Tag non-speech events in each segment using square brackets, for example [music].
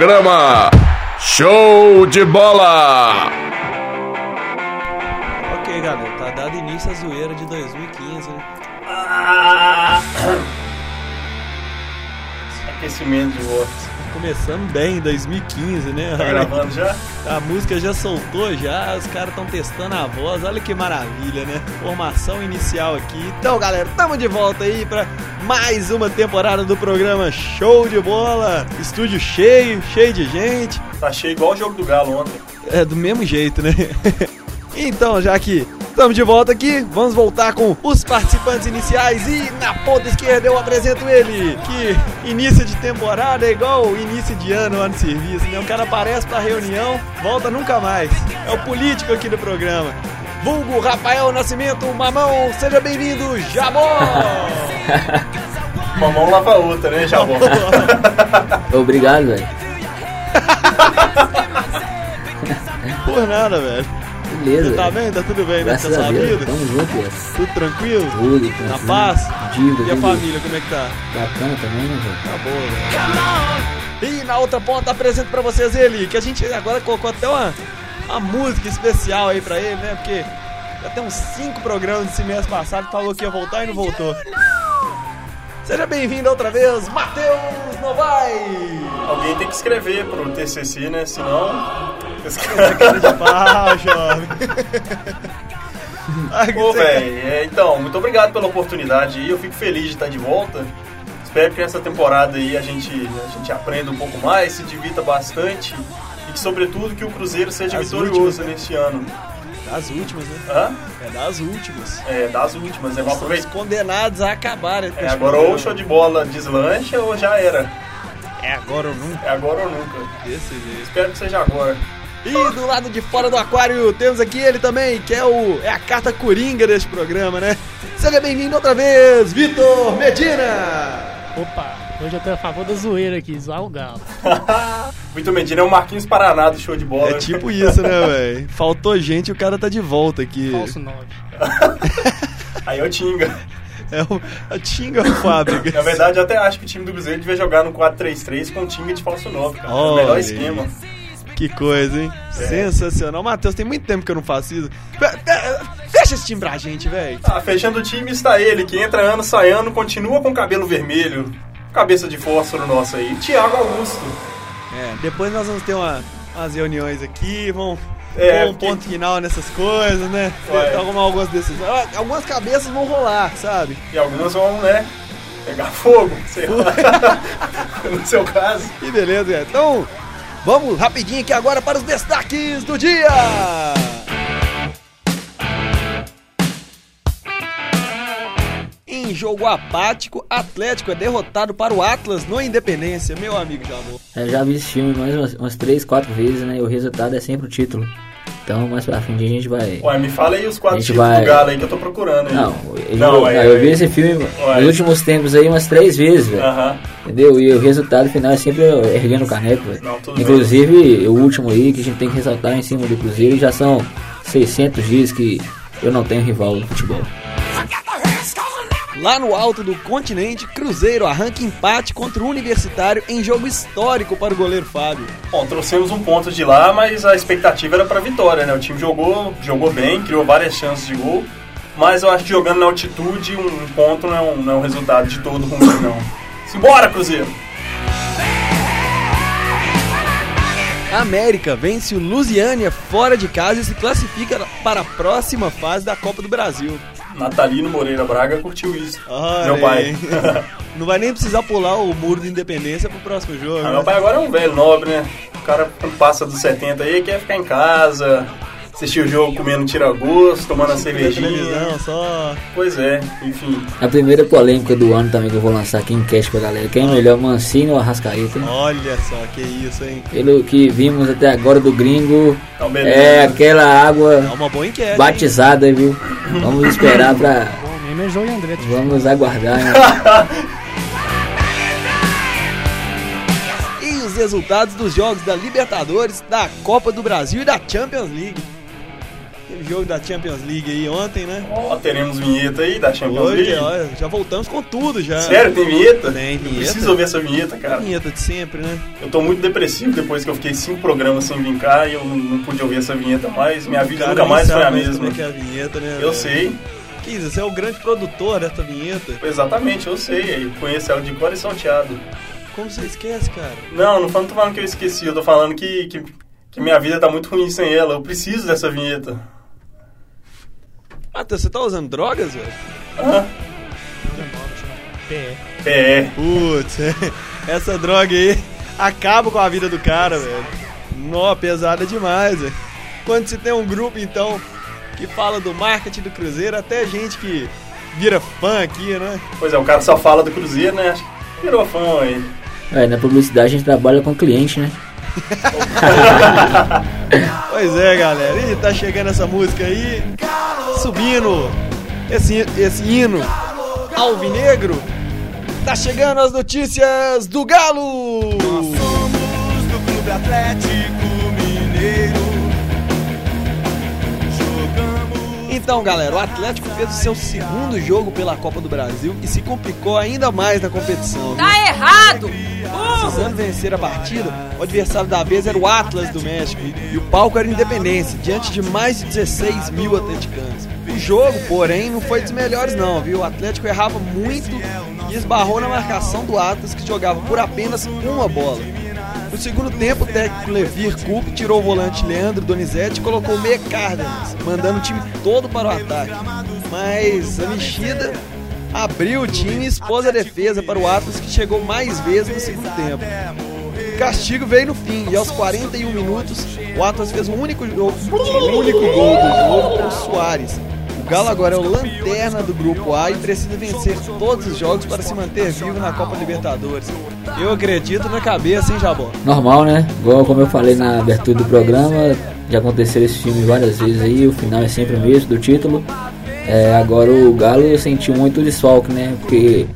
Programa Show de Bola! Ok, galera, tá dado início à zoeira de 2015, né? Aquecimento de voz. Começamos bem 2015, né? Tá gravando já? [laughs] A música já soltou já, os caras estão testando a voz, olha que maravilha, né? Formação inicial aqui. Então, galera, tamo de volta aí pra mais uma temporada do programa Show de Bola. Estúdio cheio, cheio de gente. Tá cheio igual o jogo do Galo ontem. É do mesmo jeito, né? [laughs] então, já que estamos de volta aqui, vamos voltar com os participantes iniciais e na ponta esquerda eu apresento ele, que início de temporada é igual o início de ano lá no serviço, né? O cara aparece pra reunião, volta nunca mais. É o político aqui do programa. Vulgo Rafael Nascimento Mamão, seja bem-vindo, Jabó! Uma mão lava a outra, né, Jabó? Obrigado, velho. Por nada, velho. Beleza. Você tá velho. bem? Tá tudo bem, né? com a Graças sua a Deus. vida? Tamo junto, velho. Tudo tranquilo? Tudo, Na tranquilo. paz? Dívida, E a tudo família, como é que tá? Bacana também, né, velho? Tá boa, E na outra ponta apresento pra vocês ele, que a gente agora colocou até uma, uma música especial aí pra ele, né? Porque já tem uns cinco programas desse mês passado, falou que ia voltar e não voltou. Seja bem-vindo outra vez, Matheus Novaes! Alguém tem que escrever pro TCC, né? Senão. Pau, jovem! [laughs] Ai, que Pô, você- velho, é, então, muito obrigado pela oportunidade e eu fico feliz de estar de volta. Espero que nessa temporada aí a gente, a gente aprenda um pouco mais, se divirta bastante e que, sobretudo, que o Cruzeiro seja As últimas, vitorioso né? neste ano. Das últimas, né? Hã? É das últimas. É, das últimas, né? Vamos Somos aproveitar. condenados a acabar. né, com É, esse agora ou programa. o show de bola deslancha ou já era. É agora ou nunca. É agora ou nunca. Desse jeito. Espero que seja agora. E do lado de fora do aquário temos aqui ele também, que é o é a carta coringa deste programa, né? Seja bem-vindo outra vez, Vitor Medina! Opa, hoje eu tô a favor da zoeira aqui, zoar o galo. Vitor Medina é o Marquinhos Paraná do show de bola. É tipo isso, né, velho? Faltou gente e o cara tá de volta aqui. Falso 9. Aí eu tinga. É o a Tinga Fábrica. Na É verdade, eu até acho que o time do Cruzeiro devia jogar no 4-3-3 com o time de falso 9, cara. É o Olha melhor aí. esquema. Que coisa, hein? Sensacional. Matheus, tem muito tempo que eu não faço isso. Fe- fe- Fecha esse time pra gente, velho. Ah, fechando o time está ele, que entra ano, sai ano, continua com cabelo vermelho. Cabeça de fósforo nosso aí. Thiago Augusto. É, depois nós vamos ter uma- umas reuniões aqui, vamos É, pôr um porque- ponto final nessas coisas, né? Ué. Tomar algumas decisões. Ah, Algumas cabeças vão rolar, sabe? E algumas vão, né? Pegar fogo, sei lá. [laughs] no seu caso. Que beleza, cara. Então, vamos rapidinho aqui agora para os destaques do dia! Em jogo apático, Atlético é derrotado para o Atlas no Independência, meu amigo Jamor. Eu É, já vi esse filme mais umas, umas 3, 4 vezes, né? E o resultado é sempre o título. Então, mais pra frente a gente vai. Ué, me fala aí os quatro A gente títulos vai- do Galo aí que eu tô procurando aí. Não, eu, Não, não, é- eu vi esse filme Ué. nos últimos tempos aí umas 3 vezes, velho. Aham. Entendeu? E o resultado final é sempre eu erguendo o caneco, velho. Não, tudo bem. Inclusive, o último aí que a gente tem que ressaltar em cima do Cruzeiro já são 600 dias que eu não tenho rival no futebol. Lá no alto do continente, Cruzeiro arranca empate contra o Universitário em jogo histórico para o goleiro Fábio. Bom, trouxemos um ponto de lá, mas a expectativa era pra vitória, né? O time jogou, jogou bem, criou várias chances de gol, mas eu acho que jogando na altitude, um ponto não é um, não é um resultado de todo ruim, não. Simbora, Cruzeiro! América vence o Lusiânia fora de casa e se classifica para a próxima fase da Copa do Brasil. Natalino Moreira Braga curtiu isso. Olha meu pai. aí. Não vai nem precisar pular o muro da Independência pro próximo jogo. [laughs] né? Ah, meu pai agora é um velho nobre, né? O cara quando passa dos 70 aí quer ficar em casa, assistir o jogo comendo tira-gosto, tomando a Pela cervejinha. televisão só. Pois é, enfim. A primeira polêmica do ano também que eu vou lançar aqui em enquete pra galera. Quem é melhor, Mancini ou Arrascaeta? né? Olha só, que isso, hein? Pelo que vimos até agora do gringo, Então, beleza. é aquela É água uma boa enquete. hein? batizada, viu? Vamos esperar pra... Bom, mesmo é João e André. Vamos aguardar, né? E os resultados dos jogos da Libertadores, da Copa do Brasil e da Champions League. Aquele jogo da Champions League aí ontem, né? Ó, teremos vinheta aí da Champions Hoje, League. olha, já voltamos com tudo já. Sério, tem vinheta? Tem vinheta. Eu preciso ouvir essa vinheta, cara. Vinheta de sempre, né? Eu tô muito depressivo depois que eu fiquei cinco programas sem vincar e eu não, não pude ouvir essa vinheta mais. Minha vida Cara, nunca nem mais sabe foi a como mesma. é que é a vinheta, né? Eu sei, Kiz, você é o grande produtor dessa vinheta. exatamente, eu sei. Eu conheço ela de cor e salteado. Como você esquece, cara? Não, não fal- tô falando que eu esqueci, eu tô falando que, que, que minha vida tá muito ruim sem ela. Eu preciso dessa vinheta. Matheus, você tá usando drogas, velho? Hã? É. É, Putz, [laughs] essa droga aí acaba com a vida do cara, velho. Nó, pesada demais, velho. Quando se tem um grupo, então, que fala do marketing do Cruzeiro, até gente que vira fã aqui, né? pois é, o cara só fala do Cruzeiro, né? Acho que virou fã aí. É, na publicidade a gente trabalha com cliente, né? Pois é, galera. E tá chegando essa música aí, subindo esse, esse hino alvinegro. Tá chegando as notícias do Galo! Somos do Clube Atlético Mineiro. Jogamos. Então, galera, o Atlético fez o seu segundo jogo pela Copa do Brasil e se complicou ainda mais na competição. viu? Tá errado! Precisando vencer a partida, o adversário da vez era o Atlas do México e o palco era Independência, diante de mais de 16 mil atleticanos. O jogo, porém, não foi dos melhores não, viu? O Atlético errava muito e esbarrou na marcação do Atlas, que jogava por apenas uma bola. No segundo tempo, o técnico Levir Coupe tirou o volante Leandro Donizete e colocou o meia Cárdenas, mandando o time todo para o ataque. Mas a mexida abriu o time e expôs a defesa para o Atlas, que chegou mais vezes no segundo tempo. O castigo veio no fim e aos 41 minutos o Atlas fez o único, jogo, o único gol do jogo com o Soares. O Galo agora é o lanterna do grupo A e precisa vencer todos os jogos para se manter vivo na Copa Libertadores. Eu acredito na cabeça, hein, Jabó? Normal, né? Igual como eu falei na abertura do programa, já aconteceu esse filme várias vezes aí, o final é sempre o mesmo do título. É, agora o Galo sentiu muito desfalque, né? Porque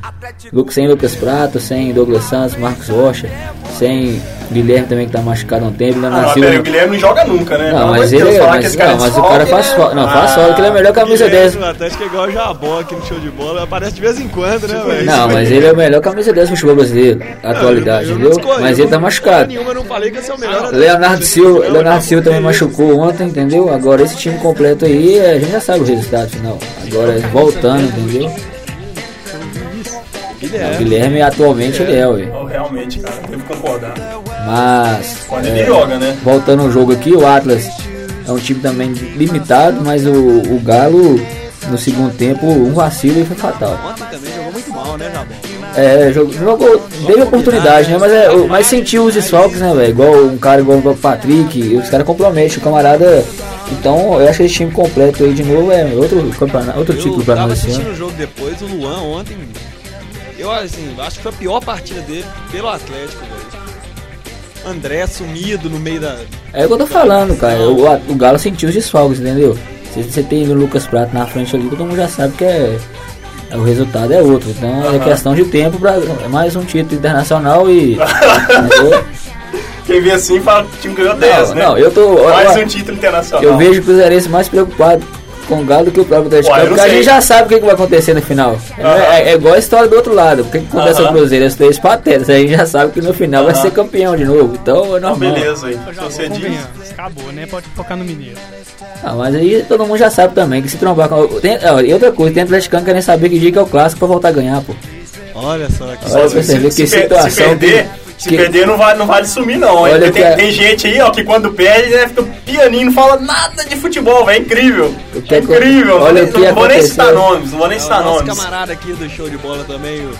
Lu- sem Lucas Prato, sem Douglas Santos, Marcos Rocha, sem Guilherme também que tá machucado há um tempo, ainda Ah, não, pera, aí, o nasceu. Guilherme não joga nunca, né? Não, Pelo amor mas de Deus, ele falar que mas, esse cara não, é mas o cara desfalque, faz né? falta. Não, faz falta, que ele é o melhor camisa 10. O Atlético é igual o Jabó aqui no show de bola, aparece de vez em quando, né, velho? Não, mas ele é o melhor camisa 10 do futebol brasileiro, na Ah, atualidade, Eu não entendeu? discordo, Mas eu ele tá não- machucado. Ah, Nenhuma eu não falei que esse é o melhor atleta. Leonardo Silva, Leonardo Silva também machucou ontem, entendeu? Agora esse time completo aí, a gente já sabe o resultado final. Agora é voltando, entendeu? O Guilherme. Guilherme atualmente ele é, ué. Oh, realmente, cara, devo concordar. Mas Quando é, ele joga, né? voltando ao jogo aqui, o Atlas é um time também limitado, mas o, o Galo no segundo tempo um vacilo e foi fatal. Ontem também jogou muito mal, né, Jabó? É, jogou, jogou teve oportunidade, né? Mas, é, o- mas sentiu os desfalques, né, velho? Igual um cara igual o Patrick, os caras comprometem, o camarada. Então, eu acho que esse time completo aí de novo é outro, campeonato, outro título Eu Tipo pra tava nós assim, né? esse assistindo ano. o jogo depois, o Luan ontem. Eu assim, acho que foi a pior partida dele pelo Atlético, velho. André sumido no meio da. É o que eu tô falando, cara. O, o Galo sentiu os desfalques, entendeu? Se você tem o Lucas Prato na frente ali, todo mundo já sabe que é, é- o resultado é outro. Então, é questão de tempo pra é mais um título [laughs] internacional e. entendeu? Quem vê assim fala que o time ganhou 10, Não, né? não, eu tô. Mais eu- um título internacional. Eu vejo o Cruzeirense mais preocupado com o Galo do que o próprio Atlético. Uai, eu não porque a sei. gente já sabe o que, que vai acontecer no final. É, é- é igual a história do outro lado. Porque começa Aham. o Cruzeiro os três patetas, a gente já sabe que no final vai Aham. ser campeão de novo. Então é Não, normal. Ah, beleza aí. Se Já você diz. Tá convenhamos. Acabou, né? Pode focar no Mineiro. Ah, mas aí todo mundo já sabe também que se trombar com. Tem, ah, e outra coisa, tem atleticano querendo saber que dia que é o clássico pra voltar a ganhar, pô. Olha só que. Olha pra você ver se, que per- situação. se perder, que- se que- perder não vale, não vale sumir, não. hein? Olha Porque que é- tem, a- tem gente aí, ó, que quando perde, né, fica pianinho, não fala nada de futebol, velho. É incrível. O que É é que- incrível. olha não o que vou nem citar aconteceu. nomes, não vou nem É O citar nosso nomes. camarada aqui do show de bola também, o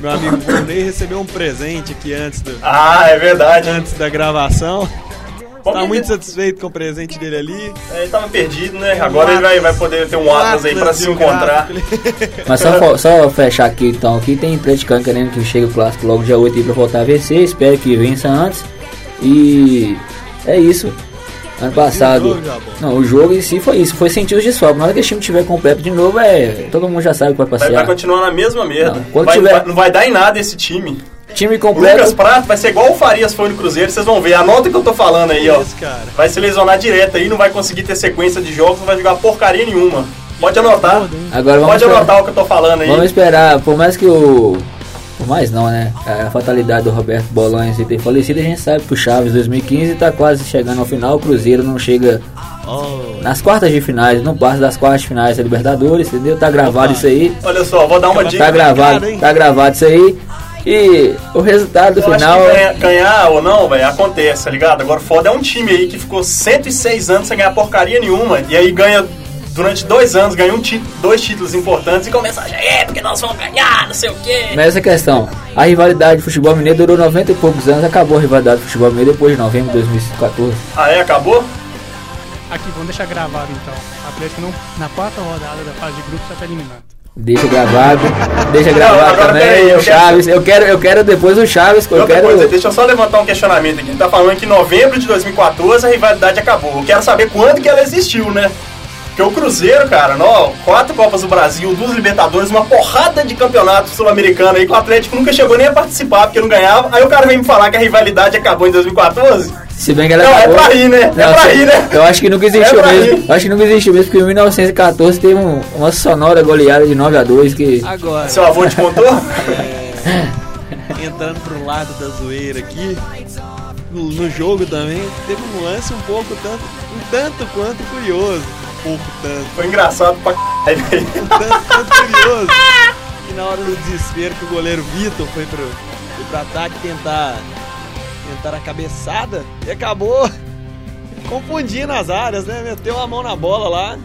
meu amigo Volney, recebeu um presente aqui antes, do, Ah, é verdade. antes da gravação. Bom, Tá ele- muito satisfeito com o presente dele ali. é, Ele tava perdido, né? Agora ele vai, vai poder ter um Atlas aí pra Atlas se e o encontrar. gráfico ali. Mas só, fo- só fechar aqui então, aqui tem atleticano querendo que chegue o clássico logo dia 8 aí pra voltar a vencer, espero que vença antes. E é isso. Ano E o passado. jogo, Jabó? Não, o jogo em si foi isso, foi sentir os desfalques. Na hora que esse time tiver completo de novo, é. Todo mundo já sabe que vai Vai, vai passear. continuar na mesma merda. Não, quando Vai- tiver- vai- não vai dar em nada esse time. Time O Lucas completo. Prato vai ser igual o Farias foi no Cruzeiro, vocês vão ver. Anota o que eu tô falando aí, ó. Isso, cara. Vai se lesionar direto aí, não vai conseguir ter sequência de jogos, não vai jogar porcaria nenhuma. Pode anotar. Agora vamos Pode esperar. anotar o que eu tô falando aí. Vamos esperar, por mais que o. Por mais não, né? A fatalidade do Roberto Bolanhos e ter falecido, a gente sabe que o Chaves 2015 tá quase chegando ao final, o Cruzeiro não chega Oh, nas quartas de finais, não passa das quartas de finais da Libertadores, entendeu? Tá gravado isso aí. Olha só, vou dar uma dica. Tá gravado, hein? tá gravado isso aí. E o resultado Eu acho final. que ganha- ganhar, ou não, velho, acontece, tá ligado? Agora, foda é um time aí que ficou 106 anos sem ganhar porcaria nenhuma. E aí ganha, durante dois anos, ganha um título, dois títulos importantes e começa a achar, é, porque nós vamos ganhar, não sei o quê. Mas é essa questão, a rivalidade do futebol mineiro durou 90 e poucos anos, acabou a rivalidade do futebol mineiro depois de novembro de 2014. Ah, é? Acabou? Aqui, vamos deixar gravado então. O Atlético não, na quarta rodada da fase de grupo já tá eliminado. Deixa gravado, deixa gravado agora peraí, também, eu o quero- Chaves, eu quero, eu quero depois o Chaves, eu Outra quero. coisa, deixa eu só levantar um questionamento aqui. Ele tá falando que em novembro de 2014 a rivalidade acabou. Eu quero saber quando que ela existiu, né? Porque o Cruzeiro, cara, nó, quatro Copas do Brasil, duas Libertadores, uma porrada de campeonato sul-americano aí que o Atlético nunca chegou nem a participar porque não ganhava. Aí o cara vem me falar que a rivalidade acabou em 2014. Se bem que ela Não, é acabou- pra rir, né? É pra sei- rir, né? Eu acho que nunca existiu É pra mesmo. rir. Eu acho que nunca existiu mesmo, porque em 1914 teve um- uma sonora goleada de 9 a 2 que. agora, Seu avô te contou? entrando pro lado da zoeira aqui, no, no jogo também, teve um lance um pouco tanto, um tanto quanto curioso. Um pouco tanto, Foi engraçado pra né? caralho. velho. um tanto quanto curioso. E na hora do desespero que o goleiro Vitor foi pro, foi pro ataque tentar, tentar a cabeçada e acabou [laughs] confundindo as áreas, né? Meteu a mão na bola lá.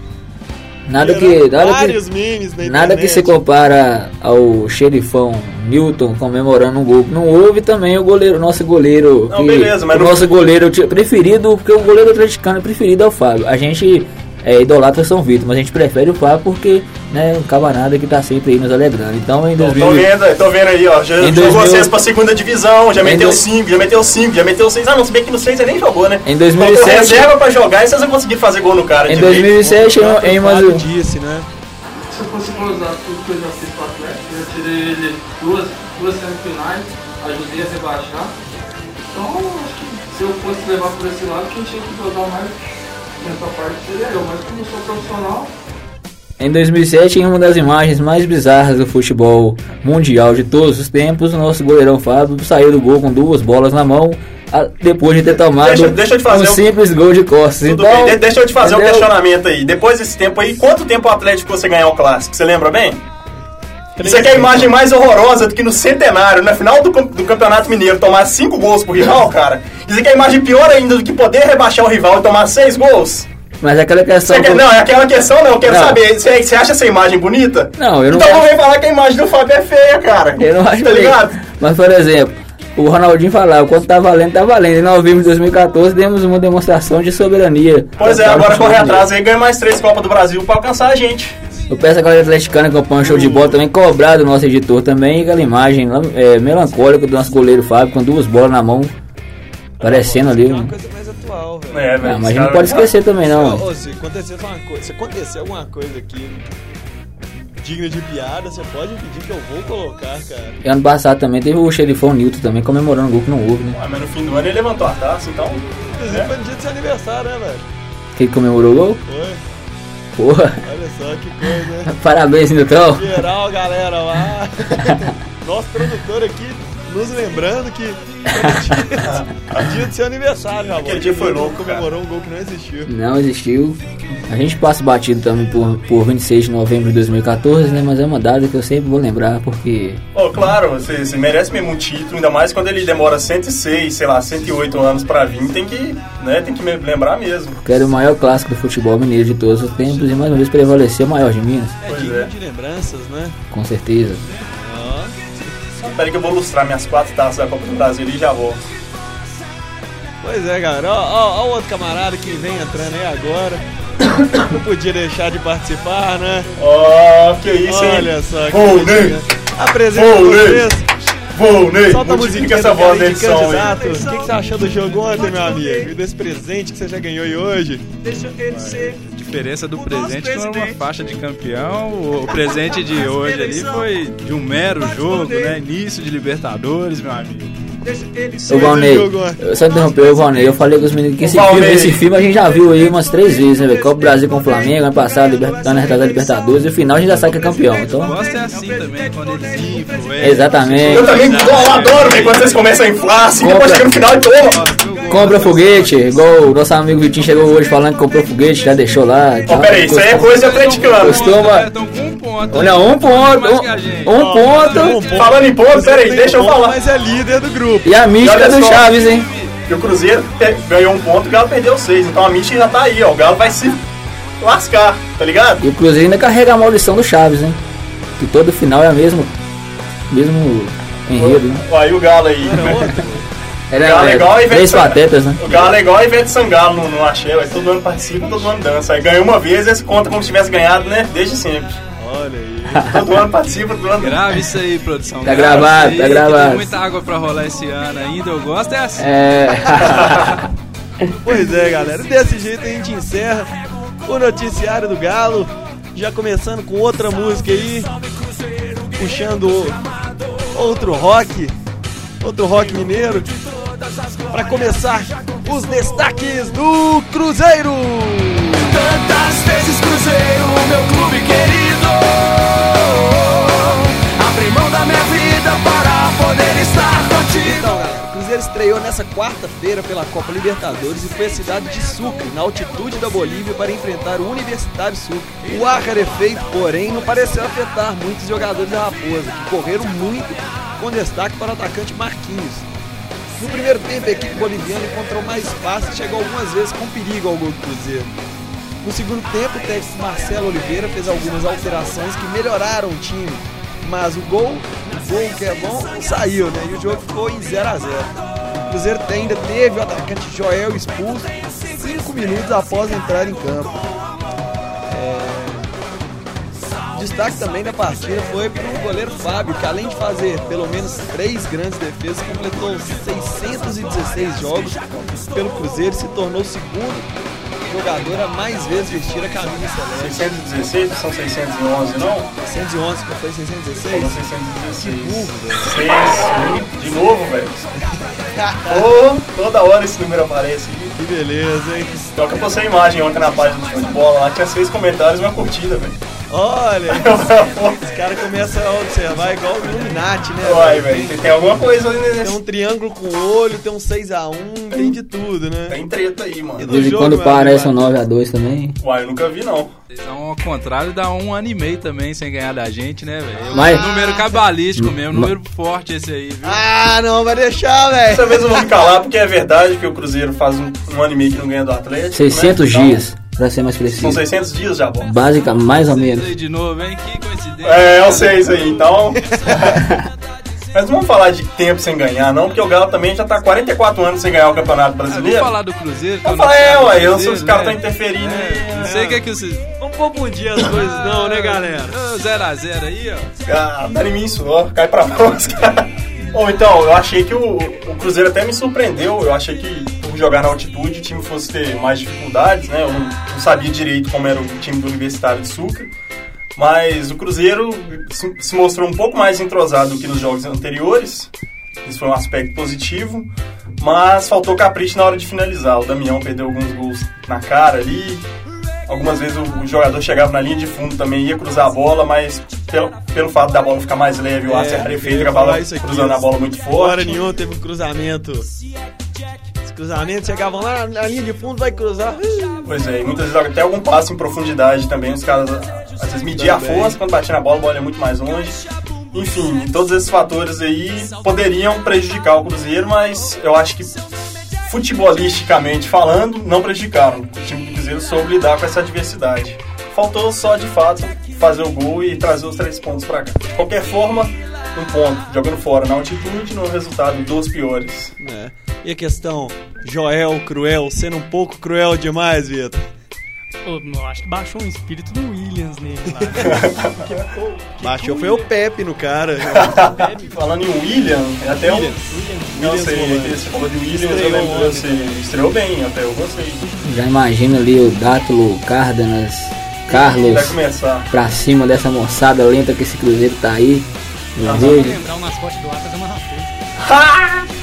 Nada que. Gerando Nada que, vários memes na nada que internet. se compara ao xerifão Newton comemorando um gol. que Não houve também o goleiro, nosso goleiro. Não, beleza, mas o não- nosso goleiro ti- preferido, porque o goleiro atleticano preferido é o Fábio. A gente é, idolatra São Vitor, mas a gente prefere o Fábio porque, né, o camarada que tá sempre aí nos alegrando. Então em Tô 2000. vendo, tô vendo aí, ó. Já Em jogou 2000 vocês pra segunda divisão, já Em meteu dois- 5, já meteu 5, já meteu 6. Ah, não, se bem que no 6 você nem jogou, né? Em Colocou 2007. reserva pra jogar e vocês não conseguiram fazer gol no cara. Em direito. 2007, em, um- em O uma- Fábio disse, né? se eu fosse usar tudo que eu já fiz para Atlético, eu tirei ele duas, duas semifinais, ajudei a rebaixar. Então, acho que se eu fosse levar por esse lado, quem tinha que gozar mais nessa parte seria eu. Mas como eu sou profissional, Em 2007, em uma das imagens mais bizarras do futebol mundial de todos os tempos, o nosso goleirão Fábio saiu do gol com duas bolas na mão, a- depois de ter tomado Deixa- deixa eu te fazer um um- simples gol de costas. Tudo então, bem, de- deixa eu te fazer um entendeu? questionamento aí. Depois desse tempo aí, quanto tempo o Atlético você ganhar o clássico? Você lembra bem? Isso aqui é a imagem mais horrorosa do que no centenário, na final do, cam- do Campeonato Mineiro, tomar cinco gols pro rival, cara. Isso aqui é a imagem pior ainda do que poder rebaixar o rival e tomar seis gols. Mas aquela questão. Você quer- do- não, é aquela questão não, eu quero Então, Não. saber. Você, você acha essa imagem bonita? Não, eu não Então acho. não vem falar que a imagem do Fábio é feia, cara. [laughs] Eu não acho Tá bem. ligado? Mas, por exemplo, o Ronaldinho falava: quando tá valendo, tá valendo. Em novembro de 2014, demos uma demonstração de soberania. Pois é, Pra- agora corre atrás aí ganha mais três Copas do Brasil pra alcançar a gente. Eu peço agora atleticana que acompanha o show de bola também, cobrar do nosso editor também, aquela imagem é, melancólica do nosso goleiro Fábio com duas bolas na mão, parecendo ali. É uma um- coisa mais atual, velho. É, velho, Ah, mas a esse gente não cara- pode esquecer também, não. Ô, se acontecer uma coisa, se acontecer alguma coisa aqui digna de piada, você pode pedir que eu vou colocar, cara. E ano passado também teve o xerifão Newton também comemorando o gol que não houve, né? Ah, mas no fim do ano ele levantou a taça, então. Inclusive É. foi no dia do seu aniversário, né, velho? Quem comemorou o gol? Foi. Porra, [laughs] Olha só que coisa, né? parabéns, Newton. Geral, galera, [laughs] lá. Nosso produtor aqui nos lembrando que foi no dia, [laughs] dia do seu aniversário, Ramon. Aquele dia foi louco, cara. Comemorou um gol que não existiu. Não existiu. A gente passa batido também por, por 26 de novembro de 2014, né? Mas é uma data que eu sempre vou lembrar, porque Pô, claro, você, você merece mesmo um título, ainda mais quando ele demora 106, sei lá, 108 anos pra vir, tem que, né, tem que me lembrar mesmo. que era o maior clássico do futebol mineiro de todos os tempos e mais uma vez prevaleceu o maior de Minas. É Pois digno é. de lembranças, né? Com certeza. Ó. Peraí que eu vou lustrar minhas quatro taças da Copa do Brasil e já volto. Pois é, galera. Ó, ó, ó o outro camarada que vem entrando aí agora. [coughs] Não podia deixar de participar, né? Ó, que isso, hein? Olha só. que Vou, coisa, Ney! né? Apresenta Vou, vocês. Vou, Ney! Solta a Multiplica musiquinha essa do voz carinho da de edição aí. candidato. O que, que você achou do jogo ontem, meu amigo? E desse presente que você já ganhou aí hoje? deixa ele ser de diferença do presente não era uma faixa de campeão. O presente de hoje ali foi de um mero jogo, né? Início de Libertadores, meu amigo. Ô Valnei, eu só interrompeu, ô Valnei, eu falei com os meninos que esse filme, esse filme a gente já viu aí umas três vezes, né, velho? Copa do Brasil com o Flamengo, ano passado, Liber- ano retrasado Libertadores, e o final a gente já sabe que é campeão, então... Gosta é assim também, quando eles influenciam. Exatamente. Eu também eu adoro, velho, quando vocês começam a inflar, assim, depois chega no final e toma. Compra foguete, igual o nosso amigo Vitinho chegou hoje falando que comprou foguete, já deixou lá. Ô, peraí, isso aí é coisa né? de atleticano. Costuma... Estão com um ponto. Olha, um ponto, Mais que a gente. um, um ponto, Falando em ponto, peraí, deixa eu falar. Mas é líder do [laughs] grupo. e a mística olha do só. Chaves, hein? E o Cruzeiro pe- ganhou um ponto e o Galo perdeu seis. Então a Mitch já tá aí, ó. O Galo vai se lascar, tá ligado? E o Cruzeiro ainda carrega a maldição do Chaves, né? Que todo final é o mesmo, mesmo enredo, né? Ó, Aí o Galo aí. Era, Galo era Tá legal e três vencedor. patetas, né? O Galo é igual a Ivete Sangalo no, no Axé, vai todo ano participa, todo ano dança. Aí ganhou uma vez, esse conta como se tivesse ganhado, né? Desde sempre. Olha aí. Todo ano participa, todo ano Grave isso aí, produção. Tá Grava gravado, isso tá aí, que gravado. Tem muita água pra rolar esse ano ainda. Eu gosto é assim. É, Pois é, galera. Desse jeito a gente encerra o noticiário do Galo. Já começando com outra música aí. Puxando o- outro rock. Outro rock mineiro. Pra começar os destaques do Cruzeiro. Tantas vezes cruzeiro, meu clube querido. Abri mão da minha vida para poder estar contigo. Então, galera, o Cruzeiro estreou nessa quarta-feira pela Copa Libertadores e foi à cidade de Sucre, na altitude da Bolívia, para enfrentar o Universitário Sucre. O ar rarefeito, porém, não pareceu afetar muitos jogadores da Raposa, que correram muito, com destaque para o atacante Marquinhos. No primeiro tempo, a equipe boliviana encontrou mais espaço e chegou algumas vezes com perigo ao gol do Cruzeiro. No segundo tempo, o técnico Marcelo Oliveira fez algumas alterações que melhoraram o time, mas o gol, o gol que é bom, não saiu, né? E o jogo ficou em 0 a 0 O Cruzeiro ainda teve o atacante Joel expulso cinco minutos após entrar em campo. Destaque também da partida foi para o goleiro Fábio, que além de fazer pelo menos três grandes defesas, completou 616 jogos pelo Cruzeiro e se tornou o segundo jogador a mais vezes vestir a camisa né? celeste. 616, são 611, não? 611, que foi 616. São 616. 6, de novo, velho. Ô, toda hora esse número aparece aí. Que beleza, hein? Pior que eu postei a imagem ontem na página do futebol lá, tinha seis comentários e uma curtida, velho. [laughs] Olha, os caras começam a observar igual o Illuminati, né? Uai, velho, tem- tem alguma coisa ali Tem um nesse. triângulo com olho, tem um 6x1, tem de tudo, né? Tem treta aí, E mano. de vez em jogo, quando meu parece um amigo, 9x2 também. Uai, eu nunca vi não. Então, ao contrário, dá um ano e meio também sem ganhar da gente, né, velho? Mas- Um número cabalístico mesmo, um número forte esse aí, viu? Ah, não, vai deixar, velho. Dessa vez eu vou me calar porque é verdade que o Cruzeiro faz um, um ano e meio que não ganha do Atlético. né? 600 Então, dias, pra ser mais São preciso. 600 dias já, bom. Básica, mais ou menos. Isso aí de novo, hein? Que coincidência. É, eu sei isso aí, então. [laughs] Mas não vamos falar de tempo sem ganhar, não, porque o Galo também já tá 44 anos sem ganhar o Campeonato Ah, Brasileiro. Vamos falar do Cruzeiro. que Eu não falei, sei é, do uai, eu Cruzeiro, sei os caras né? estão interferindo. É, Não sei o que é que vocês. Vamos confundir as coisas não, né, galera? 0x0 aí, ó. Ah, dá em mim isso, ó, cai pra mão os [laughs] caras. Ou então, eu achei que o, o Cruzeiro até me surpreendeu. Eu achei que por jogar na altitude o time fosse ter mais dificuldades, né? Eu não, não sabia direito como era o time do Universitário de Sucre. Mas o Cruzeiro se, se mostrou um pouco mais entrosado do que nos jogos anteriores. Isso foi um aspecto positivo. Mas faltou capricho na hora de finalizar. O Damião perdeu alguns gols na cara ali. Algumas vezes o, o jogador chegava na linha de fundo também, ia cruzar a bola, mas pelo, pelo fato da bola ficar mais leve, o ar se É, eu arrefeito, ia acabava falar isso aqui. cruzando a bola muito Hora forte. nenhuma teve um cruzamento. Os cruzamentos chegavam lá na linha de fundo, vai cruzar. Pois é, e muitas vezes até algum passo em profundidade também, os caras às vezes mediam a Também. força, quando batia na bola, a bola é muito mais longe. Enfim, e todos esses fatores aí poderiam prejudicar o Cruzeiro, mas eu acho que futebolisticamente falando, não prejudicaram. O time do Cruzeiro soube lidar com essa adversidade. Faltou só, de fato, fazer o gol e trazer os três pontos pra cá. De qualquer forma, um ponto jogando fora na altitude, no resultado dos piores. né? É. E a questão, Joel cruel, sendo um pouco cruel demais, Vitor. Ô, eu acho que baixou um espírito do Williams nele [laughs] lá. Baixou foi o Pepe no cara. Falando em William, é até o. Não Williams sei, volante. você falou de Williams, eu Estreou lembro, ontem. você estreou bem, até eu gostei. Já imagina ali o Dátulo Cárdenas, Carlos, Vai começar. pra cima dessa moçada lenta que esse Cruzeiro tá aí. Meu Só Deus. pra lembrar o mascote do Atlas é uma raposa.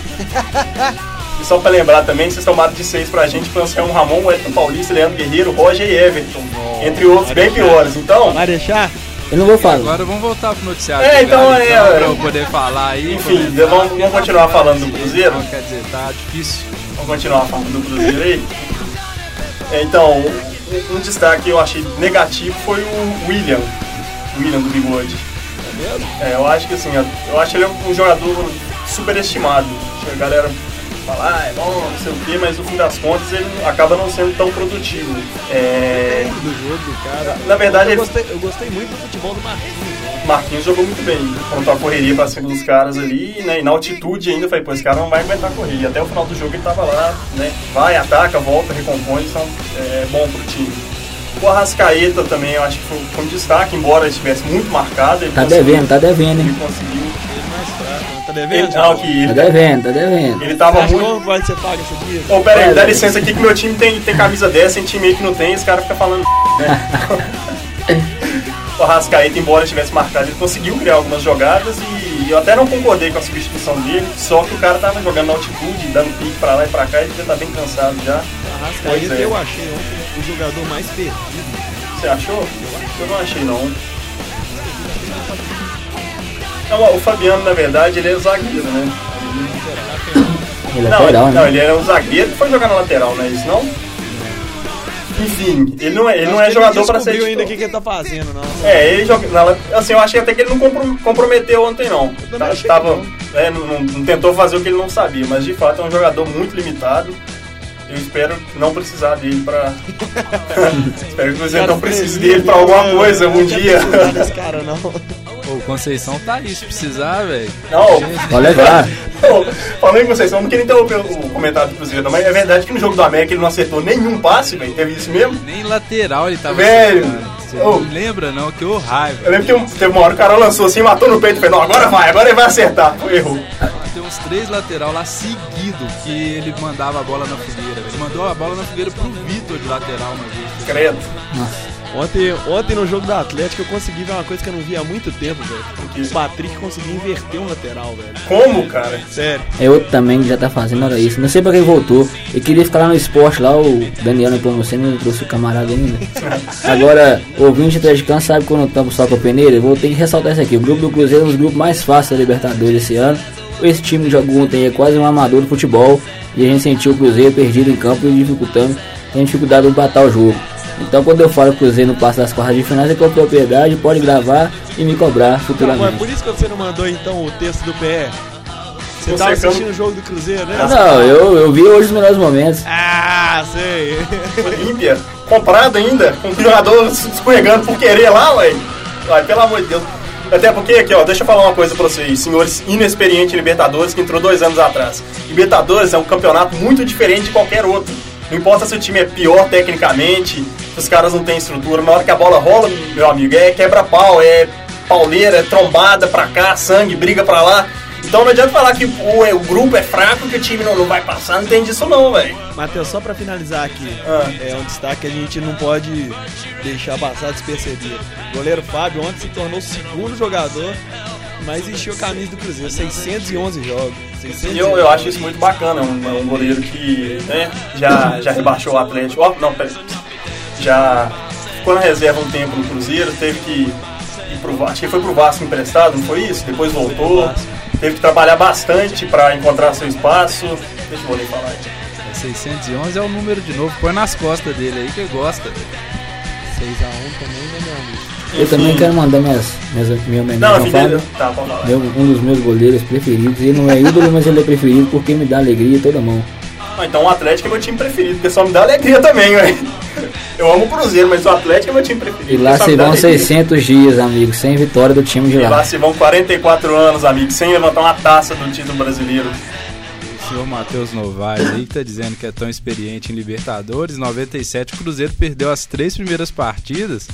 E só pra lembrar também, vocês tomaram de seis pra gente, foi o Ramon, o Elton Paulista, Leandro Guerreiro, Roger e Everton. Entre outros bem piores. Então, Vai deixar? Eu não vou falar. Agora vamos voltar pro noticiário. É, do então, Galo, é, é. pra eu poder falar aí. Enfim, comentar, vamos- porque vamos tá continuar jogando falando do direito, Cruzeiro? então, Quer dizer, tá difícil. vamos continuar falando do Cruzeiro aí. É, Então, um- um destaque que eu achei negativo foi o William. William do Bigode. É, eu acho que assim, eu acho ele um jogador superestimado. A galera fala, ah, é bom, não sei o quê, mas no fim das contas ele acaba não sendo tão produtivo. É, Do jogo, cara. na verdade, Eu ele gostei, eu gostei muito do futebol do Marquinhos. né? Marquinhos jogou muito bem. né? Contou a correria pra cima dos caras ali, né? E na altitude ainda, eu falei, pô, esse cara não vai aguentar correr. E até o final do jogo ele tava lá, né? Vai, ataca, volta, recompõe, então é bom pro time. O Arrascaeta também, eu acho que foi, foi um destaque, embora estivesse muito marcado. Ele Tá conseguiu- devendo, tá devendo, Ele hein? conseguiu. Tá Ele, devendo? não, que Tá ele, devendo, tá devendo. ele tava Acho que muito. como vai você paga essa dívida? Ô, pera aí, dá licença aqui que meu time tem, tem camisa dessa, tem time aí que não tem, esse cara fica falando. [laughs] né? o Arrascaeta, embora tivesse marcado, ele conseguiu criar algumas jogadas e eu até não concordei com a substituição dele, só que o cara tava jogando na altitude, dando pique pra lá e pra cá, ele já tá bem cansado já. Pois Arrascaeta é. eu achei ontem o jogador mais perdido. Você achou? Eu não achei não. Não, ó, o Fabiano, na verdade, ele é zagueiro, né? Ele é Não, ele- lateral, não, né? ele era um zagueiro que foi jogar na lateral, não é isso não? Enfim, ele não é, ele não é jogador pra ser descobriu ainda o titular. que, que ele tá fazendo, não. É, ele joga. na la- Assim, eu achei até que ele não compro- comprometeu ontem, não. também Tá- achei tava, que é, não, não- não tentou fazer o que ele não sabia, mas de fato é um jogador muito limitado. Eu espero não precisar dele [laughs] pra. [laughs] espero que você não precise dele pra alguma né? coisa é um dia. Esse cara, não. Pô, o Conceição tá aí, se precisar, velho. [laughs] Não, Pode levar. falando em vocês, eu não queria interromper o comentário do Cruzeiro, mas é verdade que no jogo do América ele não acertou nenhum passe, velho. Teve isso mesmo? Nem lateral ele tava Velho! acertando. Você Ô. não lembra, não, que o raiva. Eu lembro que um- teve uma hora que o cara lançou assim, matou no peito e falou: não, agora vai, agora ele vai acertar. Errou. Tem uns três lateral lá seguido que ele mandava a bola na fogueira, velho. Ele mandou a bola na fogueira pro Vitor de lateral uma vez. Credo. Ontem, ontem no jogo do Atlético eu consegui ver uma coisa que eu não via há muito tempo, velho. O Patrick conseguiu inverter um lateral, velho. Como, cara? Sério. É outro também que já tá fazendo hora isso. Não sei pra quem voltou. Eu queria ficar lá no esporte lá, o Daniel lembrou você, não trouxe o camarada ainda. Agora, ouvinte atleticano sabe quando estamos só com a peneira? Eu vou ter que ressaltar isso aqui. O grupo do Cruzeiro é um dos grupos mais fáceis da Libertadores esse ano. Esse time que jogou ontem é quase um amador do futebol. E a gente sentiu o Cruzeiro perdido em campo e dificultando, tem dificuldade de empatar o jogo. Então quando eu falo que o Cruzeiro não passa das quartas de finais é com propriedade, pode gravar e me cobrar Pô, é futuramente. por isso que você não mandou então o texto do PR. Você Não tava sei como- assistindo o jogo do Cruzeiro, né? Não, eu, eu vi hoje os melhores momentos. Ah, sei. [laughs] Olímpia, comprado ainda, com o jogador se escorregando por querer lá, ué. Ué, pelo amor de Deus. Até porque, aqui, ó, deixa eu falar uma coisa pra vocês, senhores inexperientes em Libertadores, que entrou dois anos atrás. Libertadores é um campeonato muito diferente de qualquer outro. Não importa se o time é pior tecnicamente, se os caras não têm estrutura, na hora que a bola rola, meu amigo, é quebra-pau, é pauleira, é trombada pra cá, sangue, briga pra lá. Então não adianta falar que pô, é, o grupo é fraco, que o time não, não vai passar, não tem disso não, velho. Matheus, só pra finalizar aqui, Ah. é um destaque que a gente não pode deixar passar despercebido. O goleiro Fábio ontem se tornou o segundo jogador, mas encheu a camisa do Cruzeiro. 611 jogos. E 611. eu, eu acho isso muito bacana, um, é um goleiro que né, já, já rebaixou o Atlético. Ó, não, peraí. Já ficou na reserva um tempo no Cruzeiro, teve que ir pro Vasco. Acho que foi pro Vasco emprestado, não foi isso? Depois voltou. Teve que trabalhar bastante pra encontrar seu espaço. Deixa eu voltar falar aqui. 611 é o número de novo. Põe nas costas dele aí que gosta. 6x1 também, né, meu amigo? Eu também quero mandar minhas, minhas, minha Não, homenagem ao enfim, Fábio. tá, pode falar. Meu- um dos meus goleiros preferidos. Ele não é ídolo, mas ele é preferido porque me dá alegria toda mão. Ah, então o Atlético é meu time preferido, porque só me dá alegria também, velho. Eu amo o Cruzeiro, mas o Atlético é meu time preferido. E lá só me se dá vão alegria. 600 dias, amigo, sem vitória do time de E lá lá. se vão 44 anos, amigo, sem levantar uma taça do título brasileiro. senhor Matheus Novaes aí, que tá dizendo que é tão experiente em Libertadores. 97, o Cruzeiro perdeu as três primeiras partidas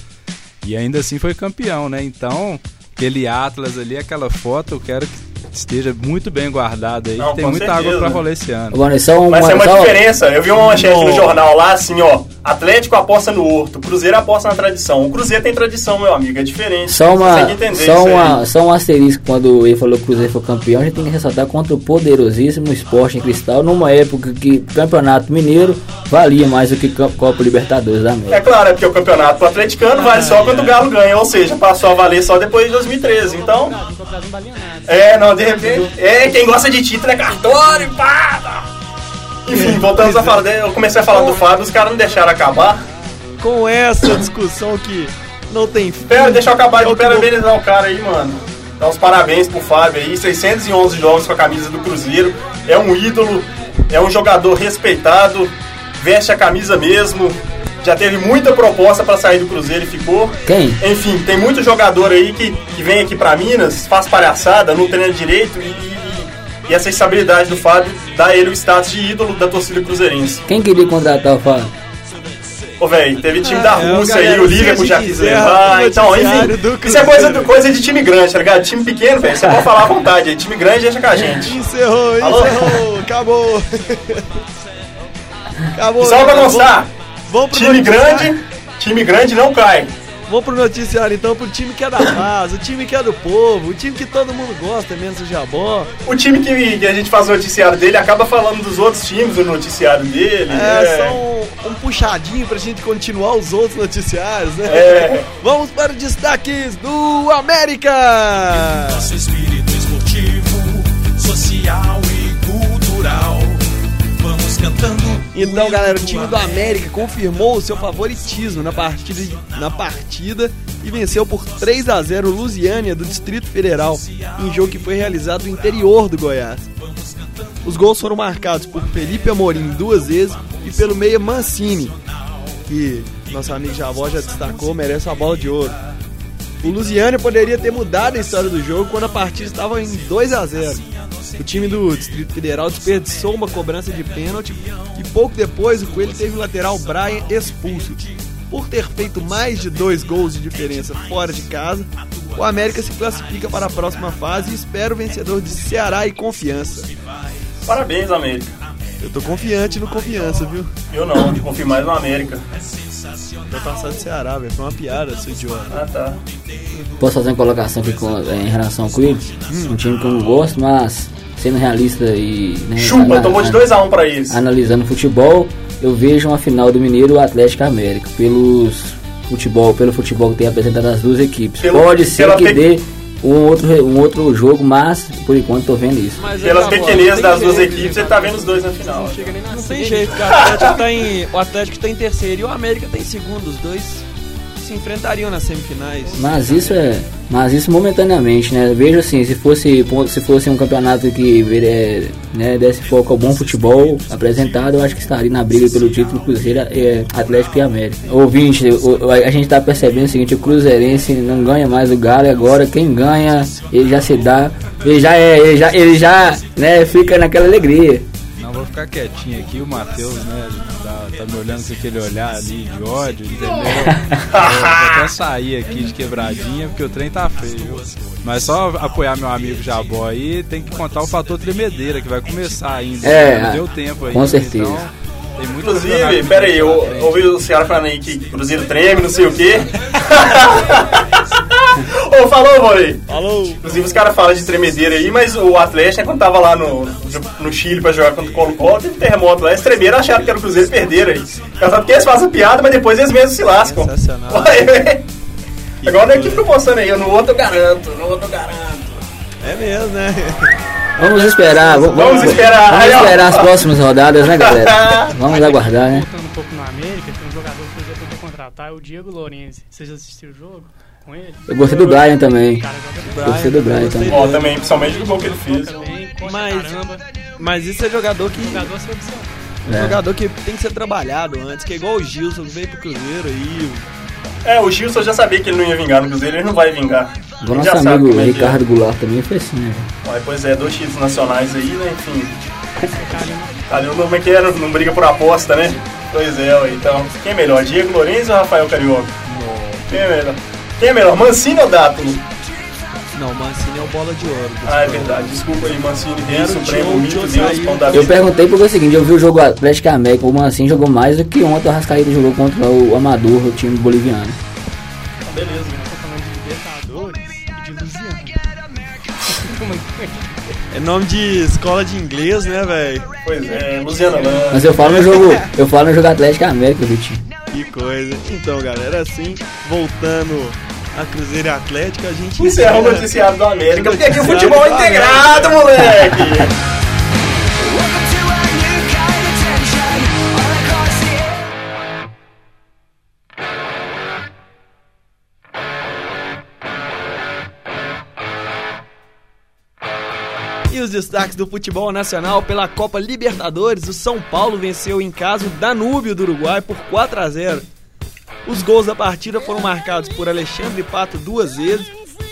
e ainda assim foi campeão, né? Então, aquele Atlas ali, aquela foto, eu quero que esteja muito bem guardada aí. Não, que tem com muita certeza. água pra rolar esse ano. Agora, só um. Vai ser é uma só- diferença. Eu vi uma manchete no jornal lá, assim, ó. Atlético aposta no Horto, Cruzeiro aposta na tradição. O Cruzeiro tem tradição, meu amigo, é diferente. Só, Você tem uma, que entender só, isso aí. uma, só um asterisco quando ele falou que o Cruzeiro foi campeão, a gente tem que ressaltar contra o poderosíssimo esporte em cristal, numa época que campeonato mineiro valia mais do que Cam- Copa Libertadores da É América. claro, é porque o campeonato atleticano vale só quando o Galo ganha, ou seja, passou a valer só depois de 2013. Então, Não, não Brasil não valia nada. é, não, de repente. É, quem gosta de título é cartório, pá! tá. Enfim, voltamos a falar. Eu comecei a falar do Fábio, os caras não deixaram acabar. Com essa discussão que não tem fim. Pera, deixa eu acabar É de o que eu- parabenizar o cara aí, mano. Dá uns parabéns pro Fábio aí, 611 jogos com a camisa do Cruzeiro. É um ídolo, é um jogador respeitado, veste a camisa mesmo. Já teve muita proposta pra sair do Cruzeiro e ficou. Quem? Enfim, tem muito jogador aí que, que vem aqui pra Minas, faz palhaçada, não treina direito e, e- e essa estabilidade do Fábio dá a ele o status de ídolo da torcida cruzeirense. Quem queria contratar o Fábio? Ô, velho, teve time da é, Rússia galera, aí, o Liverpool seja já de quis guerra, levar. do Então, noticiário do enfim, isso é coisa, Cruzeiro. coisa de time grande, tá ligado? Time pequeno, velho, você pode falar à vontade aí. Time grande deixa com a gente. Encerrou, Alô? encerrou, [laughs] acabou. acabou. E só pra vamos- constar, vamos pro time noticiário. grande, time grande não cai. Vamos pro noticiário então, pro time que é da paz, o time que é do povo, o time que todo mundo gosta, menos o Jabó. O time que, que a gente faz o noticiário dele acaba falando dos outros times no noticiário dele. É, né? só um, um puxadinho pra gente continuar os outros noticiários, né? É. Vamos para os destaques do América! Nosso espírito esportivo, social e cultural. Vamos cantando. Então, galera, o time do América confirmou o seu favoritismo na partida, na partida e venceu por 3 a 0 o Lusiânia do Distrito Federal, em jogo que foi realizado no interior do Goiás. Os gols foram marcados por Felipe Amorim duas vezes e pelo meia Mancini, que nosso amigo Javó já destacou, merece a bola de ouro. O Lusiânia poderia ter mudado a história do jogo quando a partida estava em 2 a 0. O time do Distrito Federal desperdiçou uma cobrança de pênalti e pouco depois o Coelho teve o lateral Brian expulso. Por ter feito mais de dois gols de diferença fora de casa, o América se classifica para a próxima fase e espera o vencedor de Ceará e Confiança. Parabéns, América. Eu tô confiante no Confiança, viu? Eu não, confio mais no América. Vai passar de Ceará, velho. Foi uma piada, seu idiota. Ah, tá. Posso fazer uma colocação aqui com- eh, em relação ao Corinthians? Hum. Um time que eu não gosto, mas sendo realista e. né, Chupa, ana- tomou de ana- 2x1 um pra eles. analisando futebol, eu vejo uma final do Mineiro e o Atlético América. Pelos futebol, pelo futebol que tem apresentado as duas equipes. Pelo- Pode ser pela que pe- dê um outro, re- um outro jogo, mas por enquanto tô vendo isso. Pelas é Tá pequenezas das duas equipes, você tá vendo os dois na final. Chega nem na Não tem jeito, cara. O Atlético, tá em, o Atlético tá em terceiro e o América tá em segundo. Os dois se enfrentariam nas semifinais. Mas isso é. Mas isso momentaneamente, né? Vejo assim, se fosse, se fosse um campeonato que é, né, desse foco ao bom futebol apresentado, eu acho que estaria na briga pelo título Cruzeiro, é, Atlético e América. Ouvinte, o- o- a gente tá percebendo o seguinte, o Cruzeirense não ganha mais o Galo e agora quem ganha, ele já se dá, ele já é, ele já, ele já né, fica naquela alegria. Não, vou ficar quietinho aqui, o Matheus, né, tá, tá me olhando com aquele olhar ali de ódio, entendeu? Eu vou até sair aqui de quebradinha, porque o trem tá feio. viu? Mas só apoiar meu amigo Jabó aí, tem que contar o fator tremedeira, que vai começar ainda. né? É, não deu tempo aí. com certeza. Então, tem muito Inclusive, campeonato pera aí, eu pela frente. ouvi o Ceará falando aí que Cruzeiro treme, não sei o quê. [laughs] Ô, falou, Morei. Falou! Inclusive, os caras falam de tremedeira aí, mas o Atlético, né, quando tava lá no, no Chile pra jogar contra o Colo-Colo, teve terremoto lá, eles tremeram, acharam que era o Cruzeiro e perderam aí. Só porque eles fazem piada, mas depois eles mesmos se lascam. Sensacional. Ué, Agora é que ficou postando aí, no outro eu garanto, no outro eu garanto. É mesmo, né? Vamos esperar, vamos, Vamos esperar, vamos aí, ó. esperar as próximas rodadas, né, galera? Vamos aguardar, né? Voltando um pouco no América, tem um jogador que o Cruzeiro tentou contratar, é o Diego Lourenço. Vocês já assistiram o jogo com ele? Eu gostei do Brian também. Cara, joga bem, Gostei do Brian tá? também. Ó, também, principalmente do gol que ele fez. joga bem, corre Mas- pra caramba. Mas isso é jogador que Jogador sem opção. É. jogador que tem que ser trabalhado antes, que é igual o Gilson, que veio pro Cruzeiro aí. É, o Gilson já sabia que ele não ia vingar no Cruzeiro, ele não vai vingar. O Ele nosso já sabe amigo como é que é. Ricardo Goulart também foi assim, né? Ué, Pois é, dois títulos nacionais aí, né? Enfim. tá Calil não, como é que era? não briga por aposta, né? Pois é, ué, então. Quem é melhor, Diego Lourenço ou Rafael Carioca? Quem é melhor? Quem é melhor, Mancini ou Dátulo? Não, Mancini é o bola de ouro. Ah, é verdade. Desculpa aí, Mancini, Rei Era o Supremo, Diogo, Mito, Diogo Deus, saiu. Pão da Eu Vida. perguntei porque é o seguinte, eu vi o jogo Atlético e América, o Mancini jogou mais do que ontem o Rascaída jogou contra o Amador, o time boliviano. Beleza. falando de Libertadores e de Lusiana. Como é que é? É nome de escola de inglês, né, velho? Pois é, Luciano Lange. Mas eu falo [laughs] no jogo, eu falo no jogo Atlético e América, Vitinho. Que coisa. Então, galera, assim, voltando a Cruzeiro e Atlético, a gente Encerra o encerra- noticiário do América, porque aqui o Noticiário futebol né, é do integrado, moleque! E os destaques do futebol nacional pela Copa Libertadores, o São Paulo venceu em casa o Danúbio do Uruguai por 4 a 0. Os gols da partida foram marcados por Alexandre Pato duas vezes,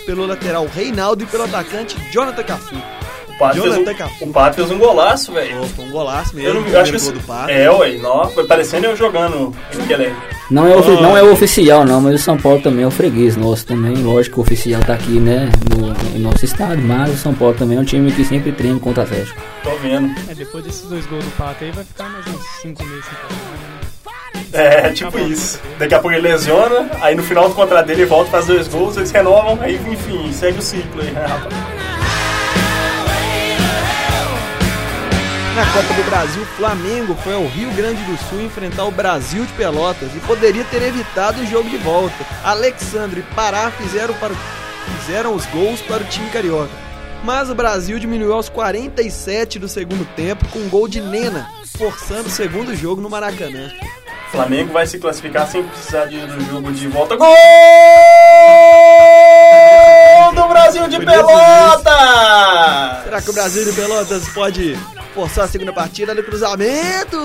pelo lateral Reinaldo e pelo atacante Jonathan Cafu. O Pato fez Jonathan Cafu. um, o Pato fez um golaço, velho. Pô, um golaço mesmo, Eu não eu primeiro acho que gol do isso- Pato. É, ué, nó, foi parecendo eu jogando em Pelé. Não é, ofi- não é o oficial, não, mas o São Paulo também é o freguês nosso também. Lógico que o oficial tá aqui, né, no, em nosso estado, mas o São Paulo também é um time que sempre treina contra o Atlético. Tô vendo. É, depois desses dois gols do Pato aí vai ficar mais uns 5 meses sem fazer nada, né? É, tipo isso. Daqui a pouco ele lesiona, aí no final do contrato dele ele volta, faz dois gols, eles renovam, aí enfim, segue o ciclo aí, né, rapaz? Na Copa do Brasil, o Flamengo foi ao Rio Grande do Sul enfrentar o Brasil de Pelotas e poderia ter evitado o jogo de volta. Alexandre e Pará fizeram, para- fizeram os gols para o time carioca. Mas o Brasil diminuiu aos 47 do segundo tempo com um gol de Nena, forçando o segundo jogo no Maracanã. O Flamengo vai se classificar sem precisar de, do jogo de volta. Gol do Brasil de Pelotas! Será que o Brasil de Pelotas pode forçar a segunda partida no cruzamento?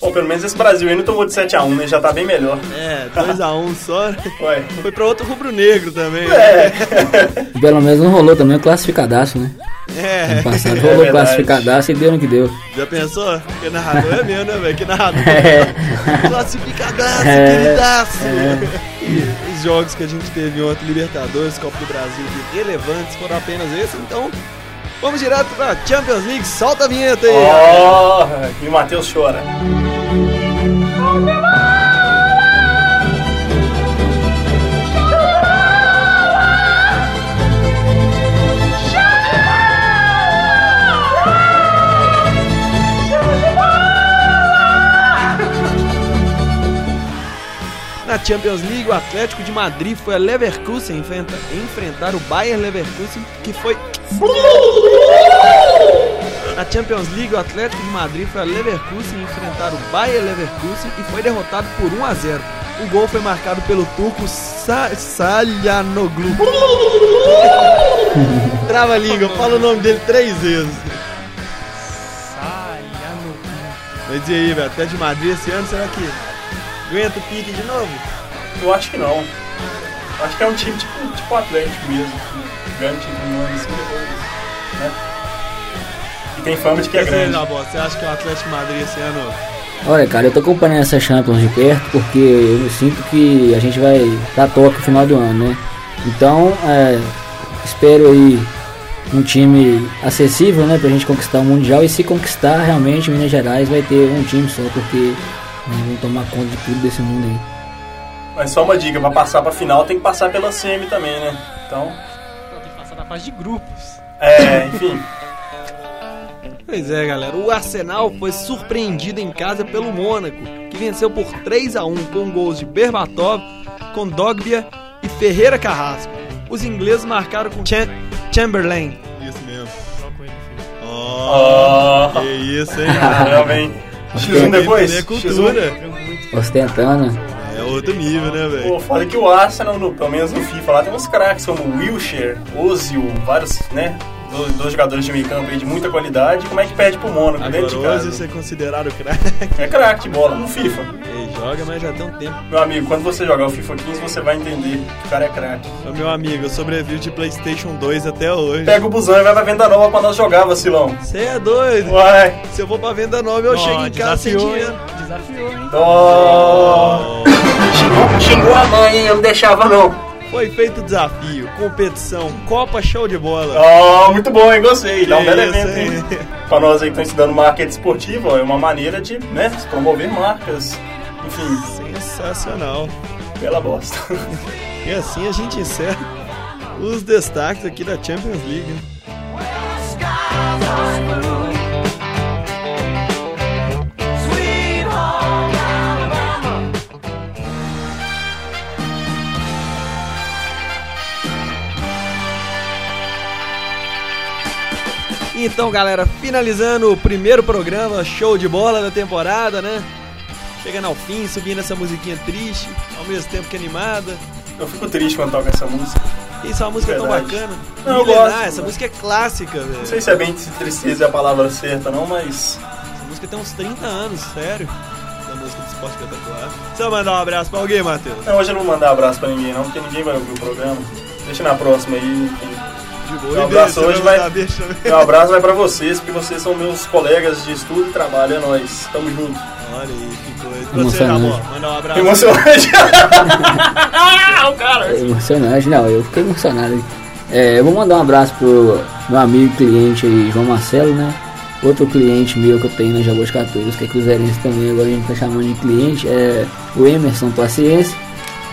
Bom, pelo menos esse Brasil aí não tomou de 7x1, né? Já tá bem melhor. É, 2x1 só. né? Ué. Foi para outro rubro-negro também. né? Pelo menos não rolou também o classificadaço, né? É, [laughs] Ano passado rolou o verdade. classificadaço e deu no que deu. já pensou? Que narrador é meu, né, velho? Que narrador. [laughs] É. Classificadaço, É, queridaço. [laughs] Os jogos que a gente teve ontem, Libertadores, Copa do Brasil, de relevantes, foram apenas esses, então... Vamos direto pra Champions League, solta a vinheta É. aí! Ó, e o Matheus chora. Na Champions League, o Atlético de Madrid foi a Leverkusen enfrenta- enfrentar o Bayern Leverkusen, que foi. Na Champions League, o Atlético de Madrid foi a Leverkusen enfrentar o Bayern Leverkusen e foi derrotado por 1 a 0. O gol foi marcado pelo turco Sa Salyanoglu. Trava a língua, fala o nome dele três vezes. Sai, ano. Mas e aí, velho? Até de Madrid esse ano, será que aguenta o pique de novo? Eu acho que não. Eu acho que é um time tipo, tipo Atlético mesmo. que Ganha um time no ano assim depois. Né? E tem fama de que é Você, grande. Jabó, você acha que o Atlético de Madrid esse ano Olha, cara, eu tô acompanhando essa Champions de perto porque eu sinto que a gente vai pra Tóquio no final do ano, né? Então, é, espero aí um time acessível, né, pra gente conquistar o Mundial e se conquistar, realmente, Minas Gerais vai ter um time só, porque né, vão tomar conta de tudo desse mundo aí. Mas só uma dica, pra passar pra final tem que passar pela semi também, né? Então, Tem que passar da fase de grupos. é, enfim. [laughs] Pois é, galera. O Arsenal foi surpreendido em casa pelo Mônaco, que venceu por 3 a 1 com gols de Berbatov, Kondogbia e Ferreira Carrasco. Os ingleses marcaram com Cham- Chamberlain. Isso mesmo. Coloco ele, filho. Ó, Ó, Ah. que isso, hein? Ah, caramba, hein? X1 depois? Isso é X1? cultura. Ostentando, É outro nível, né, Pô, velho? fora que o Arsenal, no- pelo menos no FIFA lá, tem uns craques como o Wilshere, Ozil, vários, né? dois, dois jogadores de meio campo aí de muita qualidade, como é que perde pro Mônaco dentro de Agora casa? hoje você é considerado craque. É craque de bola, no FIFA. [laughs] Ele joga, mas já tem um tempo. Meu amigo, quando você jogar o FIFA 15, você vai entender que o cara é craque. Ô, Meu amigo, eu sobrevivo de Playstation 2 até hoje. Pega o busão e vai pra venda nova pra nós jogar, vacilão. Você é doido. Uai. Se eu vou pra venda nova, eu Ó, chego em casa sem desafiou, dinheiro. hein? Desafiou, hein? Dó. Xingou, xingou a mãe, hein? Eu não deixava, não. Foi feito o desafio, competição, Copa Show de Bola. Ó, muito bom, hein? Gostei. Dá um Que belo isso, evento, hein? Pra nós aí que estão estudando marketing esportivo, ó, é uma maneira de, né, se promover marcas. Enfim, Sensacional. bela bosta. [laughs] E assim a gente encerra os destaques aqui da Champions League. né? Então, galera, finalizando o primeiro programa, show de bola da temporada, né? Chegando ao fim, subindo essa musiquinha triste, ao mesmo tempo que animada. Eu fico triste quando toca essa música. Isso é uma música tão Verdade. bacana. Não, eu Milenar, gosto. essa música é clássica, Não velho. sei se é bem se tristeza é a palavra certa, não, mas. Essa música tem uns 30 anos, sério. Essa música do esporte espetacular. Só mandar um abraço pra alguém, Matheus. Não, né, hoje eu não vou mandar abraço pra ninguém, não, porque ninguém vai ouvir o programa. Deixa na próxima aí, enfim. De boa. Um E abraço beijo, hoje, você vai vai- mandar beijo também. Meu abraço vai pra vocês, porque vocês são meus colegas de estudo e trabalho, é nóis. Tamo junto. Olha aí, que coisa. Você, Emocionante. amor, mandar um abraço. Emocionante. É emocionante, não, eu fiquei emocionado. É, eu vou mandar um abraço pro meu amigo e cliente aí, João Marcelo, né? Outro cliente meu que eu tenho na Jaboticateiros, que é cruzeirense também, agora a gente tá chamando de cliente, é o Emerson Paciência.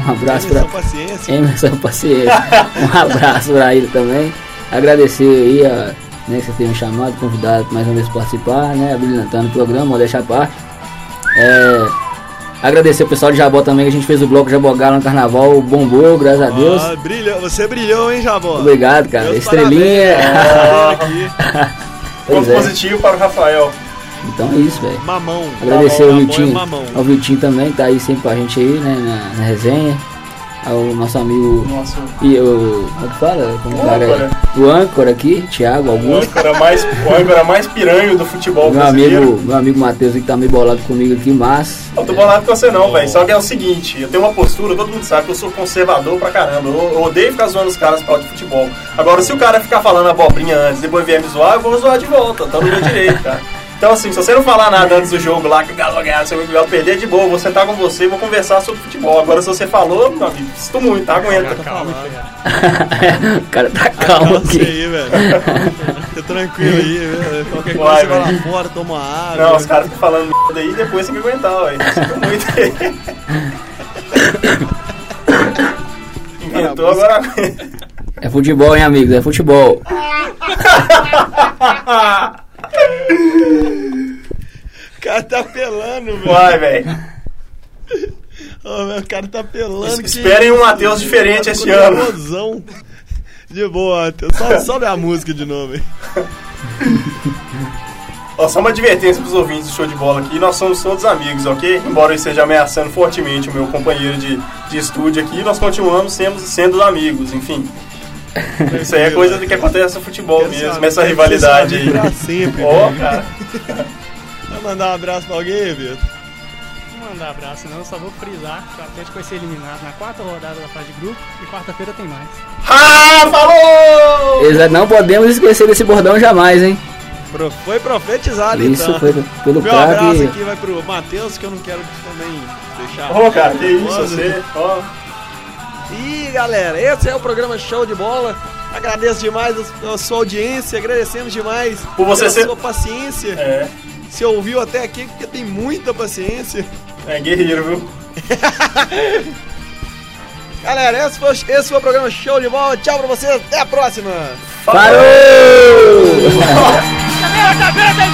Um abraço Emerson, pra paciência. Emerson Paciência. Um abraço pra ele também. Agradecer aí a, né, que você tenha me chamado, convidado mais uma vez pra participar, né? Habilitando o programa, vou deixar a parte. É, agradecer o pessoal de Jabó também, que a gente fez o bloco Jabogala no carnaval, bombou, graças a Deus. Ah, brilhou. Você brilhou, hein, Jabó? Obrigado, cara. Meus Estrelinha. é, parabéns. Aqui, Pois Ponto é. positivo para o Rafael. Então é isso, velho. Mamão. Agradecer Mamão, ao mamão é Vitinho, [laughs] mamão. ao Vitinho também, que tá aí sempre com a gente aí, né, na, na resenha. Ao nosso amigo Nosso e o. Como é que fala? Como que fala? âncora. O âncora aqui, Thiago O Augusto. âncora mais, o âncora mais piranho do futebol Meu brasileiro. amigo, meu amigo Matheus que tá meio bolado comigo aqui, mas. [laughs] Não tô bolado com você não, velho. Só que é o seguinte, eu tenho uma postura, todo mundo sabe que eu sou conservador pra caramba. Eu, eu odeio ficar zoando os caras por causa de futebol. Agora, se o cara ficar falando abobrinha antes, depois vier me zoar, eu vou zoar de volta. Tá no meu direito, cara. Então, assim, se você não falar nada antes do jogo lá, que o Galo vai ganhar, se o Galo perder, de boa, eu vou sentar com você e vou conversar sobre futebol. Agora, se você falou, meu amigo, sinto muito, tá? Aguenta. o cara tá calmo Calma aqui. aí, velho. Fica tranquilo aí, velho. Qualquer coisa Vai, você vai lá velho. fora, toma uma água. Não, os caras ficam falando merda aí e depois tem que aguentar, velho. Sinto muito. Inventou agora aguenta. É futebol, hein, amigos? É futebol. O cara tá pelando, velho. Vai, velho. Ô, meu, o cara tá pelando. que Esperem um Matheus diferente Ficou este ano. nervosão. De boa, Matheus. Só- Sobe a música de novo, hein? Ó, só uma advertência pros ouvintes do show de bola aqui. Nós somos todos amigos, ok? Embora eu esteja ameaçando fortemente o meu companheiro de, de estúdio aqui, nós continuamos sendo, sendo amigos, enfim. Isso aí é coisa do que acontece no futebol Quero ser mesmo, amigo, essa quero rivalidade ser aí. amigo [laughs] Pra sempre. Ó, velho. cara. Vai mandar um abraço pra alguém, Vitor? Não vou mandar abraço, não. Eu só vou frisar que o Atlético vai ser eliminado na quarta rodada da fase de grupo e quarta-feira tem mais. Ah, falou! Eles não podemos esquecer desse bordão jamais, hein? Pro- Foi profetizado, Isso então. foi pelo Meu abraço craque. aqui vai pro Matheus, que eu não quero também deixar. Ô, cara, que isso, você. Ó, E galera, esse é o programa Show de Bola. Agradeço demais a a sua audiência, agradecemos demais Por você pela ser- sua paciência. é. Se ouviu até aqui, porque tem muita paciência. É guerreiro, viu? Galera, esse foi, esse foi o programa Show de Bola. Tchau pra vocês, até a próxima! Parou! Caveira, caveira,